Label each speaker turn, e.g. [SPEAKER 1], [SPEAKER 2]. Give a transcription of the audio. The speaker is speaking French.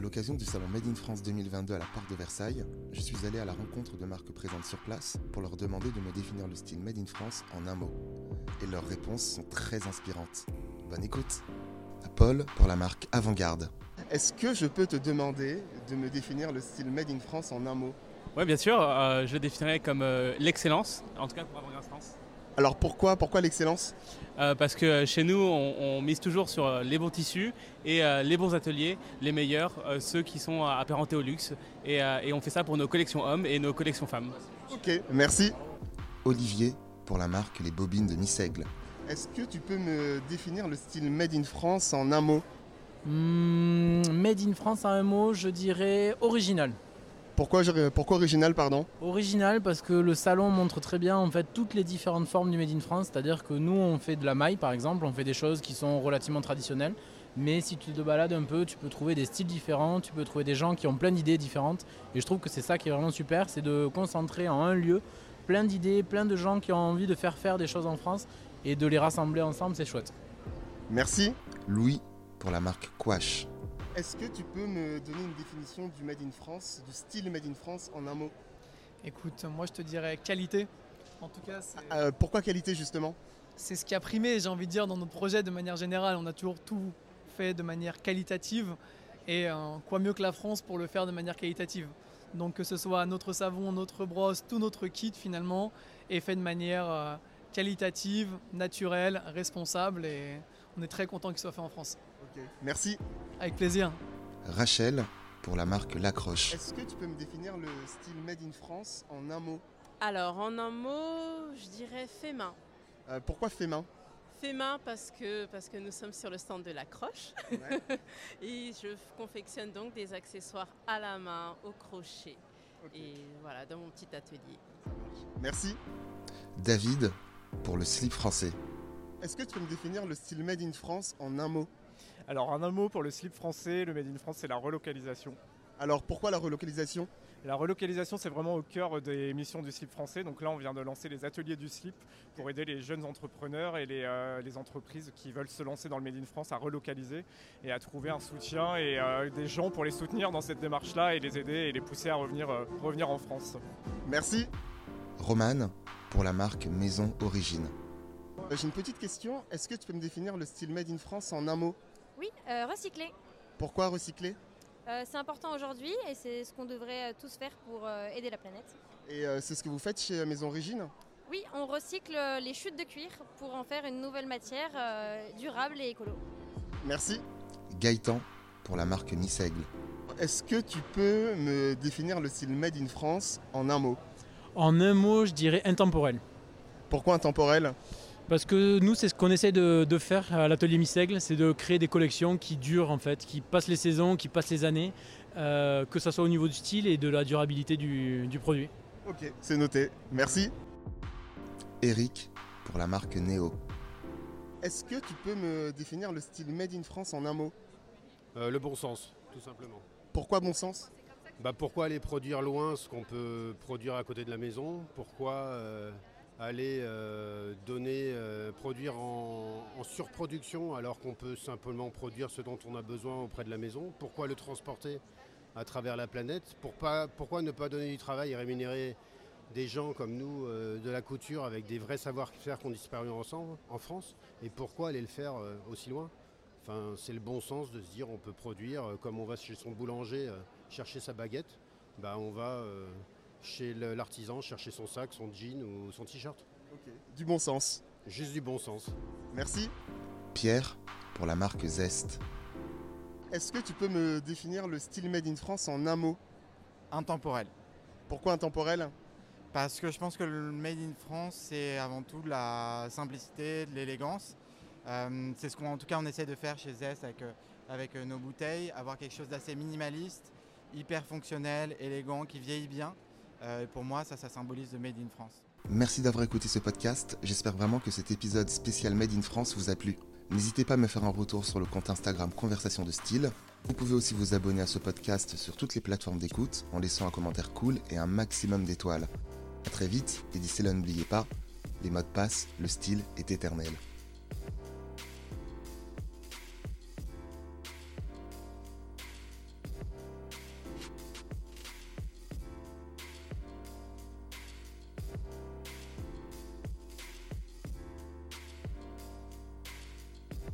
[SPEAKER 1] l'occasion du salon Made in France 2022 à la Porte de Versailles, je suis allé à la rencontre de marques présentes sur place pour leur demander de me définir le style Made in France en un mot. Et leurs réponses sont très inspirantes. Bonne écoute Paul pour la marque Avant-Garde. Est-ce que je peux te demander de me définir le style Made in France en un mot
[SPEAKER 2] Oui, bien sûr, euh, je le définirais comme euh, l'excellence, en tout cas pour Avant-Garde France.
[SPEAKER 1] Alors pourquoi, pourquoi l'excellence
[SPEAKER 2] euh, Parce que chez nous, on, on, mise toujours sur euh, les bons tissus et euh, les bons ateliers, les meilleurs, euh, ceux qui sont apparentés au luxe. Et, euh, et, on fait ça pour nos collections hommes et nos collections femmes.
[SPEAKER 1] Ok, merci. Olivier, pour la marque Les Bobines de Missègle. Est-ce que tu peux me définir le style Made in France en un mot
[SPEAKER 3] mmh, Made in France en un mot, je dirais original.
[SPEAKER 1] Pourquoi, pourquoi, original, pardon
[SPEAKER 3] Original parce que le salon montre très bien en fait toutes les différentes formes du Made in France. C'est-à-dire que nous, on fait de la maille, par exemple, on fait des choses qui sont relativement traditionnelles. Mais si tu te balades un peu, tu peux trouver des styles différents, tu peux trouver des gens qui ont plein d'idées différentes. Et je trouve que c'est ça qui est vraiment super, c'est de concentrer en un lieu plein d'idées, plein de gens qui ont envie de faire faire des choses en France et de les rassembler ensemble, c'est chouette.
[SPEAKER 1] Merci. Louis pour la marque Quash. Est-ce que tu peux me donner une définition du Made in France, du style Made in France en un mot
[SPEAKER 4] Écoute, moi je te dirais qualité. En tout cas,
[SPEAKER 1] euh, pourquoi qualité justement
[SPEAKER 4] C'est ce qui a primé, j'ai envie de dire, dans notre projet de manière générale. On a toujours tout fait de manière qualitative et euh, quoi mieux que la France pour le faire de manière qualitative. Donc que ce soit notre savon, notre brosse, tout notre kit finalement est fait de manière euh, qualitative, naturelle, responsable et on est très content qu'il soit fait en France.
[SPEAKER 1] Okay. Merci.
[SPEAKER 4] Avec plaisir.
[SPEAKER 1] Rachel, pour la marque Lacroche.
[SPEAKER 5] Est-ce que tu peux me définir le style Made in France en un mot
[SPEAKER 6] Alors, en un mot, je dirais fait main.
[SPEAKER 1] Euh, pourquoi fait main
[SPEAKER 6] Fait main parce que, parce que nous sommes sur le stand de Lacroche. Ouais. Et je confectionne donc des accessoires à la main, au crochet. Okay. Et voilà, dans mon petit atelier.
[SPEAKER 1] Merci. David, pour le slip français. Est-ce que tu peux me définir le style Made in France en un mot
[SPEAKER 7] alors, en un mot pour le slip français, le Made in France, c'est la relocalisation.
[SPEAKER 1] Alors, pourquoi la relocalisation
[SPEAKER 7] La relocalisation, c'est vraiment au cœur des missions du slip français. Donc là, on vient de lancer les ateliers du slip pour aider les jeunes entrepreneurs et les, euh, les entreprises qui veulent se lancer dans le Made in France à relocaliser et à trouver un soutien et euh, des gens pour les soutenir dans cette démarche-là et les aider et les pousser à revenir, euh, revenir en France.
[SPEAKER 1] Merci. Romane, pour la marque Maison Origine. Euh, J'ai une petite question. Est-ce que tu peux me définir le style Made in France en un mot
[SPEAKER 8] oui, euh, recycler.
[SPEAKER 1] Pourquoi recycler
[SPEAKER 8] euh, C'est important aujourd'hui et c'est ce qu'on devrait tous faire pour euh, aider la planète.
[SPEAKER 1] Et euh, c'est ce que vous faites chez Maison Origine
[SPEAKER 8] Oui, on recycle euh, les chutes de cuir pour en faire une nouvelle matière euh, durable et écolo.
[SPEAKER 1] Merci. Gaëtan, pour la marque Missègle. Est-ce que tu peux me définir le style Made in France en un mot
[SPEAKER 3] En un mot, je dirais intemporel.
[SPEAKER 1] Pourquoi intemporel
[SPEAKER 3] parce que nous, c'est ce qu'on essaie de, de, faire à l'atelier Missègle, c'est de créer des collections qui durent en fait, qui passent les saisons, qui passent les années, euh, que ce soit au niveau du style et de la durabilité du, du produit.
[SPEAKER 1] Ok, c'est noté. Merci. Eric, pour la marque Neo. Est-ce que tu peux me définir le style Made in France en un mot
[SPEAKER 9] euh, Le bon sens, tout simplement.
[SPEAKER 1] Pourquoi bon sens
[SPEAKER 9] bah, Pourquoi aller produire loin ce qu'on peut produire à côté de la maison Pourquoi... Euh aller euh, donner, euh, produire en, en, surproduction alors qu'on peut simplement produire ce dont on a besoin auprès de la maison Pourquoi le transporter à travers la planète Pour pas, Pourquoi ne pas donner du travail et rémunérer des gens comme nous euh, de la couture avec des vrais savoir-faire qu'on disparu ensemble en France Et pourquoi aller le faire euh, aussi loin Enfin, c'est le bon sens de se dire on peut produire euh, comme on va chez son boulanger euh, chercher sa baguette, bah on va chez l'artisan chercher son sac, son jean ou son t-shirt.
[SPEAKER 1] Okay. Du bon sens.
[SPEAKER 9] Juste du bon sens.
[SPEAKER 1] Merci. Pierre, pour la marque Zest. Est-ce que tu peux me définir le style Made in France en un mot
[SPEAKER 10] Intemporel.
[SPEAKER 1] Pourquoi intemporel
[SPEAKER 10] Parce que je pense que le Made in France, c'est avant tout de la simplicité, de l'élégance. Euh, c'est ce qu'en tout cas on essaie de faire chez Zest avec, euh, avec nos bouteilles, avoir quelque chose d'assez minimaliste, hyper fonctionnel, élégant, qui vieillit bien. Euh, pour moi, ça, ça symbolise le Made in France.
[SPEAKER 1] Merci d'avoir écouté ce podcast. J'espère vraiment que cet épisode spécial Made in France vous a plu. N'hésitez pas à me faire un retour sur le compte Instagram Conversation de Style. Vous pouvez aussi vous abonner à ce podcast sur toutes les plateformes d'écoute en laissant un commentaire cool et un maximum d'étoiles. A très vite, et d'ici là, n'oubliez pas, les mots de passe, le style est éternel.